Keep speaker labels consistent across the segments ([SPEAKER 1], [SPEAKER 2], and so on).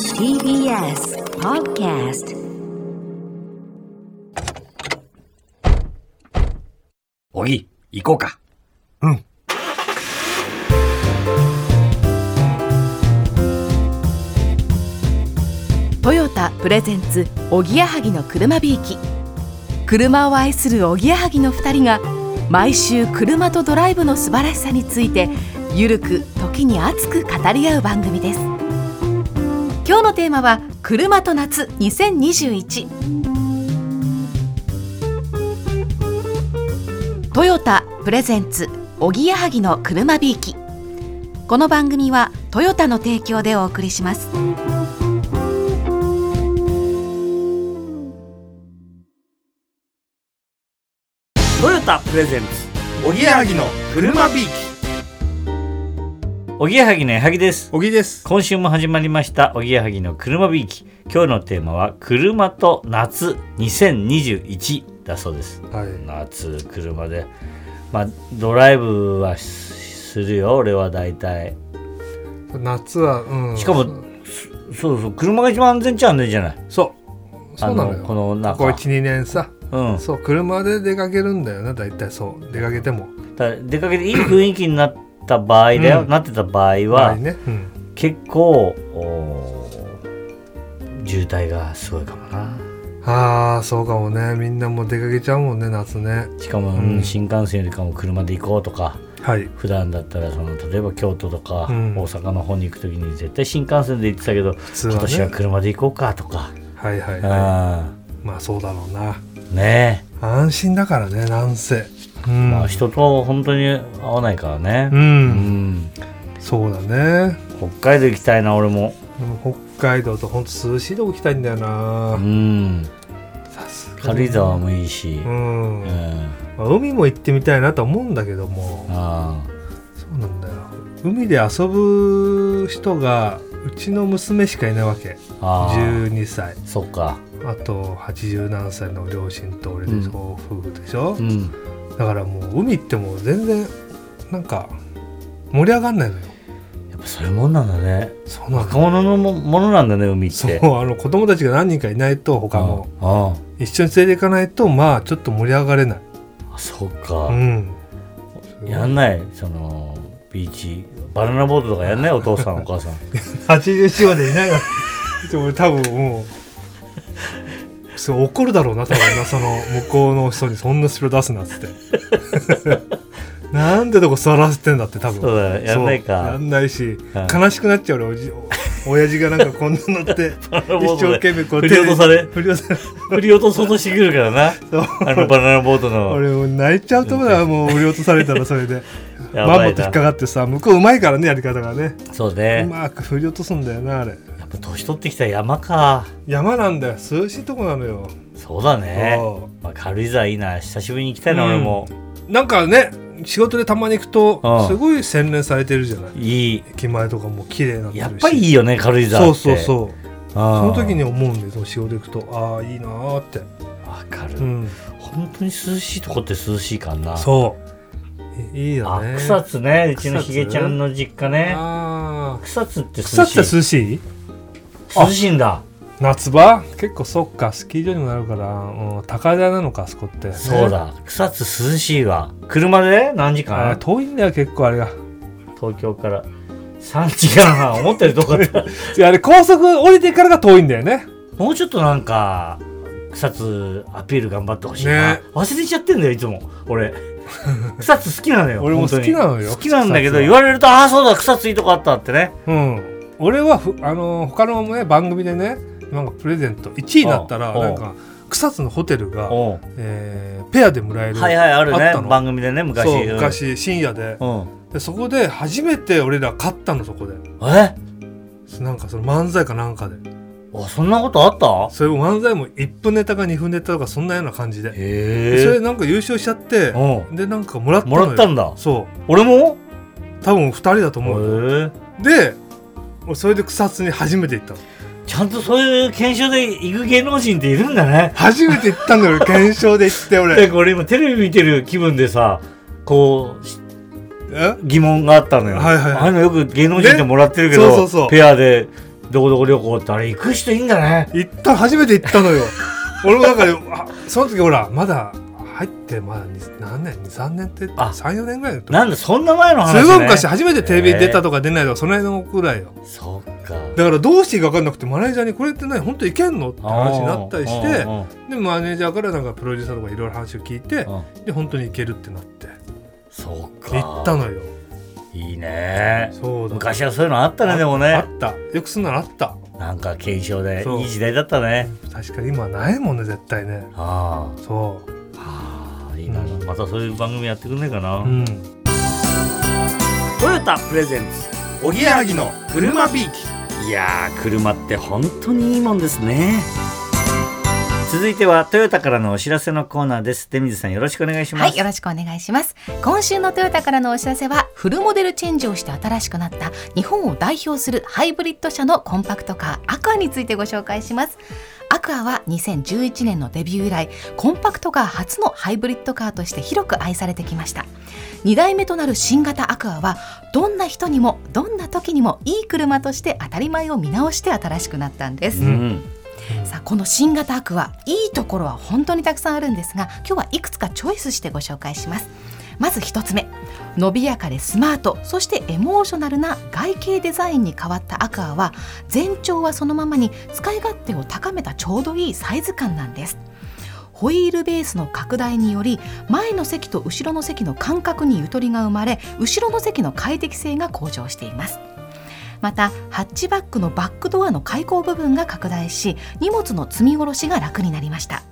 [SPEAKER 1] TBS Podcast
[SPEAKER 2] おぎ、行こうか。
[SPEAKER 3] トヨタプレゼンツおぎやはぎの車びいき車を愛するおぎやはぎの2人が毎週車とドライブの素晴らしさについてゆるく時に熱く語り合う番組です今日のテーマは車と夏2021トヨタプレゼンツおぎやはぎの車びいきこの番組はトヨタの提供でお送りします
[SPEAKER 4] トヨタプレゼンツ
[SPEAKER 5] おぎやはぎの車ビーキ
[SPEAKER 4] おぎやはぎの矢作です
[SPEAKER 5] おぎです
[SPEAKER 4] 今週も始まりましたおぎやはぎの車びいき今日のテーマは車と夏2021だそうです
[SPEAKER 5] はい
[SPEAKER 4] 夏車でまあドライブはしするよ俺は大体
[SPEAKER 5] 夏はうん
[SPEAKER 4] しかもそそうそう車が一番安全っちゃ安全じゃない
[SPEAKER 5] そうそうなの
[SPEAKER 4] あ
[SPEAKER 5] よ
[SPEAKER 4] この中
[SPEAKER 5] ここ12年さ
[SPEAKER 4] うん
[SPEAKER 5] そう車で出かけるんだよね大体そう出かけても
[SPEAKER 4] だ出かけていい雰囲気になった場合だよ、
[SPEAKER 5] うん
[SPEAKER 4] なってた場合
[SPEAKER 5] まあ
[SPEAKER 4] は、
[SPEAKER 5] ねうん
[SPEAKER 4] 結構おー渋滞がすごいかもな
[SPEAKER 5] ああそうかもねみんなもう出かけちゃうもんね夏ね
[SPEAKER 4] しかも、
[SPEAKER 5] うん
[SPEAKER 4] 新幹線よりかも車で行こうとか
[SPEAKER 5] はい
[SPEAKER 4] 普段だったらその例えば京都とか
[SPEAKER 5] うん
[SPEAKER 4] 大阪の方に行く時に絶対新幹線で行ってたけど、
[SPEAKER 5] 普通はね
[SPEAKER 4] 今年は車で行こうかとか、
[SPEAKER 5] はいはいは
[SPEAKER 4] あ
[SPEAKER 5] いまあそうだろうな
[SPEAKER 4] あね
[SPEAKER 5] 安心だからねなんせう
[SPEAKER 4] え、
[SPEAKER 5] ん
[SPEAKER 4] まあ、人と本当に会わないから
[SPEAKER 5] う
[SPEAKER 4] ね、うん
[SPEAKER 5] んそうだね
[SPEAKER 4] 北海道行きたいな俺も
[SPEAKER 5] でも北海道とほんと涼しいとこ行きたいんだよ
[SPEAKER 4] う
[SPEAKER 5] なんさすが
[SPEAKER 4] 軽井沢もいいし、
[SPEAKER 5] う
[SPEAKER 4] うん
[SPEAKER 5] ん
[SPEAKER 4] あ
[SPEAKER 5] まあ海も行ってみたいなとは思うんだけども
[SPEAKER 4] あ
[SPEAKER 5] そうなんだよ海で遊ぶ人がうちの娘しかいないわけ
[SPEAKER 4] ああ
[SPEAKER 5] 12歳
[SPEAKER 4] そっか
[SPEAKER 5] あと80何歳の両親と俺で
[SPEAKER 4] うん
[SPEAKER 5] しょ、夫婦でしょ
[SPEAKER 4] う、ん
[SPEAKER 5] だからもう海ってもう全然なんか盛り上がんないのよ
[SPEAKER 4] やっぱそういうもんなんだね
[SPEAKER 5] そうな
[SPEAKER 4] 若
[SPEAKER 5] の
[SPEAKER 4] 者のもものなんだね海って
[SPEAKER 5] そうあの子供たちが何人かいないと他も
[SPEAKER 4] あ
[SPEAKER 5] 一緒に連れていかないとまあちょっと盛り上がれない
[SPEAKER 4] ああそうか、
[SPEAKER 5] うん
[SPEAKER 4] やんないそのビーチバナナボードとかやんないお父 さんお母さん
[SPEAKER 5] 84までいないわでも俺多分もうすごい怒るだろうな多分なその向こうの人にそんなスピード出すなっつって なんでどこ座らせてんだって多分
[SPEAKER 4] そうだねやんないか
[SPEAKER 5] そうやんないし、
[SPEAKER 4] うん
[SPEAKER 5] 悲しくなっちゃう俺おじお親父がなんかこんなの乗って 一生懸命こう
[SPEAKER 4] 振り落とされ
[SPEAKER 5] 手で振り落とされ
[SPEAKER 4] 振り落とそうとしてくるからな
[SPEAKER 5] そう
[SPEAKER 4] あのバナナボードの
[SPEAKER 5] 俺もう泣いちゃうと思うなもう振り落とされたらそれで
[SPEAKER 4] や
[SPEAKER 5] まん
[SPEAKER 4] ば
[SPEAKER 5] ま
[SPEAKER 4] い
[SPEAKER 5] と引
[SPEAKER 4] な
[SPEAKER 5] っかかってさ向こううまいからねやり方がね
[SPEAKER 4] そう
[SPEAKER 5] う
[SPEAKER 4] ね
[SPEAKER 5] まく振り落とすんだよなあれ
[SPEAKER 4] やっぱ年取ってきたら山か
[SPEAKER 5] 山なんだよ涼しいとこなのよ、
[SPEAKER 4] そうだね
[SPEAKER 5] そ
[SPEAKER 4] まあ、軽井沢いいな久しぶりに行きたいな、
[SPEAKER 5] うん
[SPEAKER 4] 俺も
[SPEAKER 5] うなんかね仕事でたまに行く
[SPEAKER 4] うん
[SPEAKER 5] とすごい洗練されてるじゃない
[SPEAKER 4] いい
[SPEAKER 5] 駅前とかも綺麗になってるし
[SPEAKER 4] やっぱりいいよね軽井沢
[SPEAKER 5] そ
[SPEAKER 4] っ
[SPEAKER 5] う
[SPEAKER 4] て
[SPEAKER 5] そうそう
[SPEAKER 4] うん
[SPEAKER 5] その時に思うんですよ仕事行くとああいいなーって、
[SPEAKER 4] わかる、
[SPEAKER 5] うん、
[SPEAKER 4] 本当に涼しいとこって涼しいからな
[SPEAKER 5] そういいいよね
[SPEAKER 4] あ草津ねうちの
[SPEAKER 5] 草津
[SPEAKER 4] ひげちゃんの実家ね
[SPEAKER 5] あー
[SPEAKER 4] 草津って涼しい
[SPEAKER 5] 草津は涼しい
[SPEAKER 4] 涼しいんだ
[SPEAKER 5] 夏場結構そっかスキー場にもなるから、うん、高台なのかあそこって
[SPEAKER 4] そうだ草津涼しいわ車で何時
[SPEAKER 5] あー
[SPEAKER 4] 間
[SPEAKER 5] 遠いんだよ結構あれが
[SPEAKER 4] 東京から3時間半思ってるとこだった
[SPEAKER 5] いやあれ高速降りてからが遠いんだよね
[SPEAKER 4] もうちょっとなんか草津アピール頑張ってほしいな、
[SPEAKER 5] ね
[SPEAKER 4] 忘れちゃってんだよいつも俺草津好きなのよ
[SPEAKER 5] 俺も
[SPEAKER 4] 本当に
[SPEAKER 5] 好きなのよ
[SPEAKER 4] 好きなんだけ
[SPEAKER 5] 草津
[SPEAKER 4] ど
[SPEAKER 5] は
[SPEAKER 4] 言われるとああそうだ草津いいとこあったってね
[SPEAKER 5] うん、俺はふあのー他の、ね、番組でねなんかプレゼント1位になったら
[SPEAKER 4] うん
[SPEAKER 5] なんか草津のホテルが、
[SPEAKER 4] おう
[SPEAKER 5] えーペアでもらえる、
[SPEAKER 4] はいはいある
[SPEAKER 5] あっ
[SPEAKER 4] ね
[SPEAKER 5] たの
[SPEAKER 4] 番組でね昔
[SPEAKER 5] そう
[SPEAKER 4] うん
[SPEAKER 5] 昔深夜で
[SPEAKER 4] うん
[SPEAKER 5] でそこで初めて俺ら勝ったのそこで
[SPEAKER 4] え
[SPEAKER 5] なんかその漫才かなんかで
[SPEAKER 4] あそんなことあった
[SPEAKER 5] それも漫才も1分ネタか2分ネタとかそんなような感じででそ
[SPEAKER 4] へ
[SPEAKER 5] れなんか優勝しちゃって
[SPEAKER 4] う
[SPEAKER 5] でなんかもらったの
[SPEAKER 4] も
[SPEAKER 5] よ
[SPEAKER 4] らったんだ
[SPEAKER 5] そ
[SPEAKER 4] 俺も
[SPEAKER 5] う多分2人だと
[SPEAKER 4] へ
[SPEAKER 5] 思うよ
[SPEAKER 4] ー
[SPEAKER 5] で俺それで草津に初めて行ったの
[SPEAKER 4] ちゃんとそういう研修で行く芸能人っているんだね。
[SPEAKER 5] 初めて行ったんだよ俺検証で行って
[SPEAKER 4] な
[SPEAKER 5] 俺
[SPEAKER 4] んか俺今テレビ見てる気分でさ、こうし
[SPEAKER 5] え
[SPEAKER 4] 疑問があったのよ。
[SPEAKER 5] はいはいはい
[SPEAKER 4] ああいうのよく芸能人でもらってるけど、
[SPEAKER 5] ねそうそうそう
[SPEAKER 4] ペアでどこどこ旅行ってあれ行く人いいんだね
[SPEAKER 5] 行った初めて行ったのよ 俺もなんかねあその時ほらまだ入ってまだに何年23年って
[SPEAKER 4] あ
[SPEAKER 5] 34年ぐらいの時
[SPEAKER 4] なんだそんな前の話、ね、
[SPEAKER 5] すごい昔初めてテレビに出たとか出ないとかその辺のぐらいよ
[SPEAKER 4] そっか
[SPEAKER 5] だからどうしていいか分かんなくてマネージャーに「これって何本当いけんの?」って話になったりして
[SPEAKER 4] うんうんうん
[SPEAKER 5] でマネージャーからなんかプロデューサーとかいろいろ話を聞いて
[SPEAKER 4] うん
[SPEAKER 5] で本当にいけるってなって
[SPEAKER 4] そうか
[SPEAKER 5] 行ったのよ
[SPEAKER 4] いいね
[SPEAKER 5] そうだ
[SPEAKER 4] 昔はそういうのあったねでも
[SPEAKER 5] あ
[SPEAKER 4] ね
[SPEAKER 5] ったよくすんなのあった
[SPEAKER 4] なんか検証で
[SPEAKER 5] そう
[SPEAKER 4] いい時代だったね
[SPEAKER 5] 確かに今はないもんね絶対ね
[SPEAKER 4] あ
[SPEAKER 5] そ
[SPEAKER 4] あはあいいな、
[SPEAKER 5] うん
[SPEAKER 4] またそういう番組やってくんないかな、
[SPEAKER 5] ううん
[SPEAKER 4] トヨタプレゼンツおぎやはぎの車ビーキいやー車って本当にいいもんですね続いてはトヨタからのお知らせのコーナーです出水さんよろしくお願いしま
[SPEAKER 3] はい、
[SPEAKER 4] す
[SPEAKER 3] よろしくお願いします。今週のトヨタからのお知らせは、フルモデルチェンジをして新しくなった日本を代表するハイブリッド車のコンパクトカーアクアについてご紹介します。アクアは2011年のデビュー以来、コンパクトカー初のハイブリッドカーとして広く愛されてきました。2代目となる新型アクアは、どんな人にもどんな時にもいい車として当たり前を見直して新しくなったんです。
[SPEAKER 4] うん、
[SPEAKER 3] さあこの新型アクアいいところは本当にたくさんあるんですが今日はいくつかチョイスしてご紹介しますまず一つ目伸びやかでスマートそしてエモーショナルな外形デザインに変わったアクアは全長はそのままに使い勝手を高めたちょうどいいサイズ感なんですホイールベースの拡大により前の席と後ろの席の間隔にゆとりが生まれ後ろの席の快適性が向上していますまたハッチバックのバックドアの開口部分が拡大し荷物の積み下ろしが楽になりました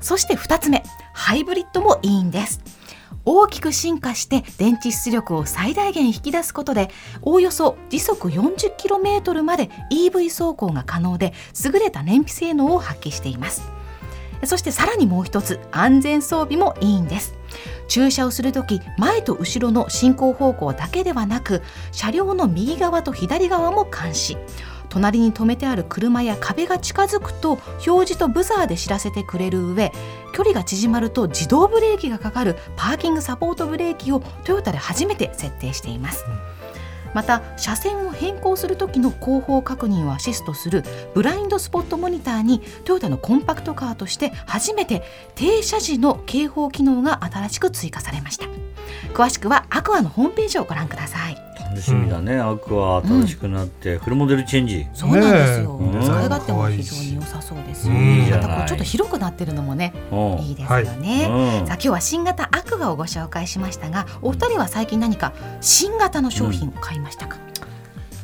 [SPEAKER 3] そして2つ目ハイブリッドもいいんです大きく進化して電池出力を最大限引き出すことでおおよそ時速 40km まで EV 走行が可能で優れた燃費性能を発揮していますそしてさらにもう一つ安全装備もいいんです駐車をするとき前と後ろの進行方向だけではなく車両の右側と左側も監視隣に止めてある車や壁が近づくと表示とブザーで知らせてくれる上距離が縮まると自動ブレーキがかかるパーキングサポートブレーキをトヨタで初めて設定していますまた車線を変更する時の後方確認をアシストするブラインドスポットモニターにトヨタのコンパクトカーとして初めて停車時の警報機能が新しく追加されました詳しくはアクアのホームページをご覧ください
[SPEAKER 4] 楽しみだね、アクア新しくなって、フルモデルチェンジ
[SPEAKER 3] そうなんですよ、
[SPEAKER 4] ねえ
[SPEAKER 3] 使い勝手も非常に良さそうですよ
[SPEAKER 5] うんいいじ
[SPEAKER 3] ま
[SPEAKER 5] ゃ
[SPEAKER 4] ない
[SPEAKER 3] たこうちょっと広くなってるのもね
[SPEAKER 4] うん
[SPEAKER 3] いいですよね、
[SPEAKER 4] うん
[SPEAKER 3] さあ今日は新型アクアをご紹介しましたがお二人は最近何か新型の商品を買いましたか、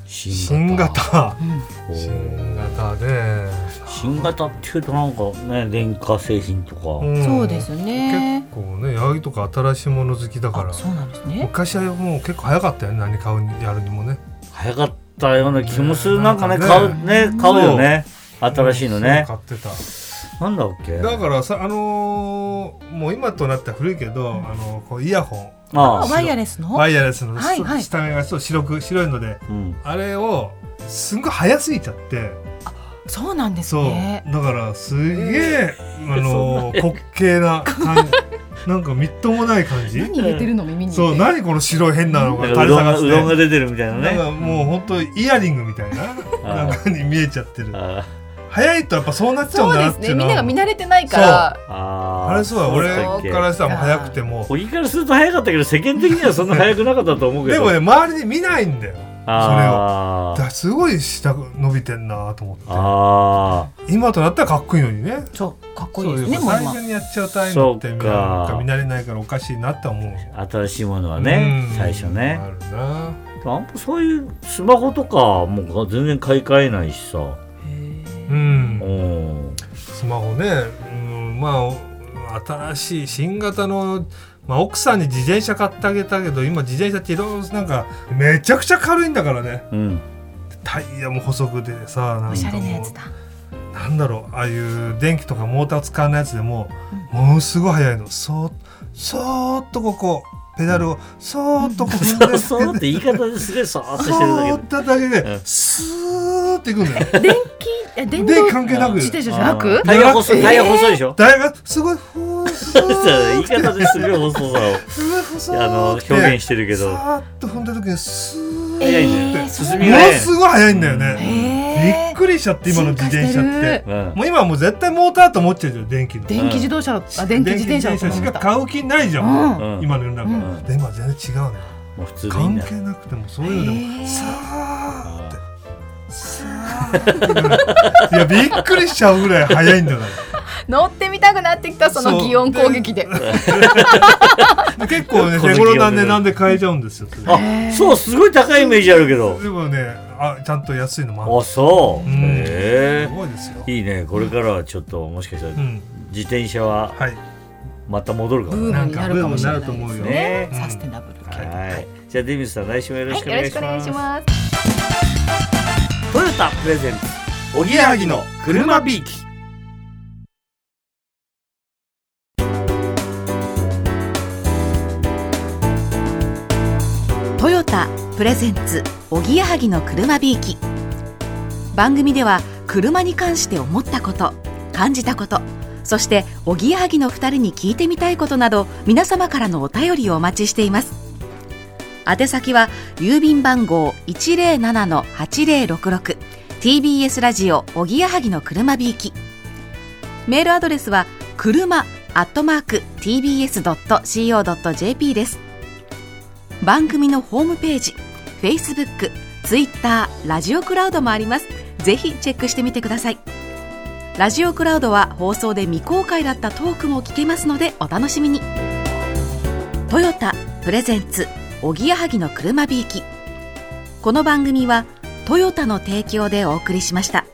[SPEAKER 5] 新型
[SPEAKER 3] うん
[SPEAKER 4] おー
[SPEAKER 5] 新型で
[SPEAKER 4] 新型っていうとなんかね電化製品とか、
[SPEAKER 5] ん
[SPEAKER 3] そうですね
[SPEAKER 5] 結構ね八木とか新しいもの好きだから
[SPEAKER 3] あそうなんですね
[SPEAKER 5] 昔はもう結構早かったよね何買うにやるにもね
[SPEAKER 4] 早かったような気もする、
[SPEAKER 5] ね
[SPEAKER 4] なんかね
[SPEAKER 5] な
[SPEAKER 4] 買
[SPEAKER 5] んか
[SPEAKER 4] う
[SPEAKER 5] ね
[SPEAKER 4] ね買うよね新しいのね、
[SPEAKER 5] そう買ってた
[SPEAKER 4] なんだっけ
[SPEAKER 5] だからさあのーもう今となっては古いけど、あのこうイヤホン
[SPEAKER 4] あ
[SPEAKER 3] あ
[SPEAKER 4] あ
[SPEAKER 3] ワイヤレスの
[SPEAKER 5] ワイヤレスの、
[SPEAKER 3] はいはい
[SPEAKER 5] 下目がそう白く白いので
[SPEAKER 4] うん、
[SPEAKER 5] あれをすんごい早すぎちゃって
[SPEAKER 3] そうなんです
[SPEAKER 5] そう、
[SPEAKER 3] ね
[SPEAKER 5] だからすげえ、あのー滑稽な感 じなんかみっともない感じ
[SPEAKER 3] 何入れてるの耳に
[SPEAKER 5] そう何この白い変なのが
[SPEAKER 4] なんかう
[SPEAKER 5] 垂れ
[SPEAKER 4] どん
[SPEAKER 5] 下が
[SPEAKER 4] が
[SPEAKER 5] っ
[SPEAKER 4] うどんが
[SPEAKER 5] て
[SPEAKER 4] 出てるみたいな
[SPEAKER 5] なん
[SPEAKER 4] ね
[SPEAKER 5] かもう本当イヤリングみたい な
[SPEAKER 4] あー
[SPEAKER 5] 中に見えちゃってる
[SPEAKER 4] あ
[SPEAKER 5] 早いとやっぱそうなっちゃ
[SPEAKER 3] そ
[SPEAKER 5] うん
[SPEAKER 3] う
[SPEAKER 5] だな
[SPEAKER 3] で
[SPEAKER 5] っ
[SPEAKER 3] す
[SPEAKER 5] て
[SPEAKER 3] ね
[SPEAKER 5] いう
[SPEAKER 3] みん
[SPEAKER 5] の
[SPEAKER 3] な
[SPEAKER 5] は
[SPEAKER 3] が見慣れてないから
[SPEAKER 4] あ
[SPEAKER 5] あれそうだ
[SPEAKER 4] だったっけ
[SPEAKER 5] 俺からしたらもう早くても
[SPEAKER 4] 小木からすると早かったけど世間的にはそんな早くなかったと思うけ
[SPEAKER 5] で
[SPEAKER 4] ど
[SPEAKER 5] もね周りに見ないんだよ
[SPEAKER 4] あ
[SPEAKER 5] だ
[SPEAKER 4] ー
[SPEAKER 5] からすごい下伸びてんなと思っ
[SPEAKER 4] あ
[SPEAKER 5] て今となったらかっこいいのにね
[SPEAKER 3] そうかっこい
[SPEAKER 5] そ
[SPEAKER 3] いうですね
[SPEAKER 5] やっ
[SPEAKER 3] もう
[SPEAKER 5] ぱ最
[SPEAKER 3] 今
[SPEAKER 5] 初にやっちゃうタイムっ
[SPEAKER 4] そ
[SPEAKER 5] てみ
[SPEAKER 4] うんか
[SPEAKER 5] ななんか見慣れないからおかしいなって思うよ
[SPEAKER 4] ー新しいものはね
[SPEAKER 5] うん
[SPEAKER 4] 最初ね
[SPEAKER 5] あるな
[SPEAKER 4] あんまそういうスマホとかもう全然買い替えないしさ
[SPEAKER 5] う
[SPEAKER 4] うんん
[SPEAKER 5] スマホねうんまあ新しい新型のまあ、奥さんに自転車買ってあげたけど今自転車っていろいろなんかめちゃくちゃ軽いんだからね
[SPEAKER 4] うん
[SPEAKER 5] タイヤも細くでさなん
[SPEAKER 3] おしゃ
[SPEAKER 5] か
[SPEAKER 3] れなや
[SPEAKER 5] も
[SPEAKER 3] つだ
[SPEAKER 5] うなんだろうああいう電気とかモーター使わないやつでも、ものすごい速いのそーっそーっとここペダルをそーっとこう踏ん で、
[SPEAKER 4] そうそうって言い方ですげえそーっとしてるだけ
[SPEAKER 5] そーっとだけで、
[SPEAKER 4] うん
[SPEAKER 5] スーっていくんだよ
[SPEAKER 3] 電気え電動
[SPEAKER 5] で関係なく
[SPEAKER 3] 自転車じゃな
[SPEAKER 4] あ
[SPEAKER 3] く
[SPEAKER 4] ータイヤ細いタイヤ細いでしょ
[SPEAKER 5] 大学すごいふーす
[SPEAKER 4] そう言
[SPEAKER 5] ー
[SPEAKER 4] い方ですごい細さを
[SPEAKER 5] ふーふー
[SPEAKER 4] あの表現してるけど
[SPEAKER 5] さーっと踏んだ時にスー
[SPEAKER 4] 早いね、
[SPEAKER 3] えー
[SPEAKER 4] 進み
[SPEAKER 5] も
[SPEAKER 4] が
[SPEAKER 5] の
[SPEAKER 4] 早いね
[SPEAKER 5] すごい早いんだよ
[SPEAKER 3] へ
[SPEAKER 5] ね、び
[SPEAKER 3] え
[SPEAKER 5] っくりしちゃって今の自転車
[SPEAKER 3] 進化
[SPEAKER 5] っ
[SPEAKER 3] して
[SPEAKER 5] て
[SPEAKER 3] る
[SPEAKER 4] うん
[SPEAKER 5] もう今はもう絶対モーターと思っちゃうじゃん電気の
[SPEAKER 3] 電気自動車だあ電気自転車だと思
[SPEAKER 5] し
[SPEAKER 3] っ
[SPEAKER 5] か
[SPEAKER 3] た
[SPEAKER 5] 買う気ないじゃ、
[SPEAKER 3] うん
[SPEAKER 4] うん
[SPEAKER 5] 今の世の中、
[SPEAKER 4] うん
[SPEAKER 5] で今全然違うね
[SPEAKER 4] もう普通でいいん
[SPEAKER 5] 関
[SPEAKER 4] だよ
[SPEAKER 5] 係なくてもそういうので
[SPEAKER 3] へー
[SPEAKER 5] もさーってさーっていやびっくりしちゃうぐらい早いんだから
[SPEAKER 3] 乗ってみたくなってきたその
[SPEAKER 5] そう
[SPEAKER 3] 擬音攻撃で
[SPEAKER 5] で結構ね
[SPEAKER 4] この
[SPEAKER 5] 手頃な
[SPEAKER 4] 企
[SPEAKER 5] ん
[SPEAKER 4] 業で
[SPEAKER 5] で
[SPEAKER 4] ね
[SPEAKER 5] なんで買えちゃうんですよそれ
[SPEAKER 4] あそうすごい高いイメージあるけど
[SPEAKER 5] でもねあちゃんと安いのもあ
[SPEAKER 4] あそう
[SPEAKER 5] うんる
[SPEAKER 4] へ
[SPEAKER 5] すごいですよ
[SPEAKER 4] えいいねこれからはちょっともしかしたら
[SPEAKER 5] うん
[SPEAKER 4] 自転車は
[SPEAKER 5] はい
[SPEAKER 4] また戻るかも
[SPEAKER 3] ブ
[SPEAKER 4] ね
[SPEAKER 3] ームになるかもしれないです
[SPEAKER 5] なんかブームになると思うよ
[SPEAKER 3] ね
[SPEAKER 4] ね
[SPEAKER 3] サステナブル系
[SPEAKER 4] はいじゃあデビューさん来週もよろしくお
[SPEAKER 3] はいよ
[SPEAKER 4] 願
[SPEAKER 3] ろ
[SPEAKER 4] い
[SPEAKER 3] し
[SPEAKER 4] し
[SPEAKER 3] くお願
[SPEAKER 4] ま
[SPEAKER 3] い
[SPEAKER 4] す
[SPEAKER 3] します
[SPEAKER 4] トヨタプレゼンツおぎやはぎの車ビーキ
[SPEAKER 3] トヨタプレゼンツおぎやはぎの車びいき番組では車に関して思ったこと感じたことそしておぎやはぎの2人に聞いてみたいことなど皆様からのお便りをお待ちしています宛先は郵便番号 107-8066TBS ラジオおぎやはぎの車びいきメールアドレスは車アットマーク TBS.CO.JP です番組のホームページ Facebook、Twitter、ラジオクラウドもありますぜひチェックしてみてくださいラジオクラウドは放送で未公開だったトークも聞けますのでお楽しみにトヨタプレゼンツおぎやはぎの車びいきこの番組はトヨタの提供でお送りしました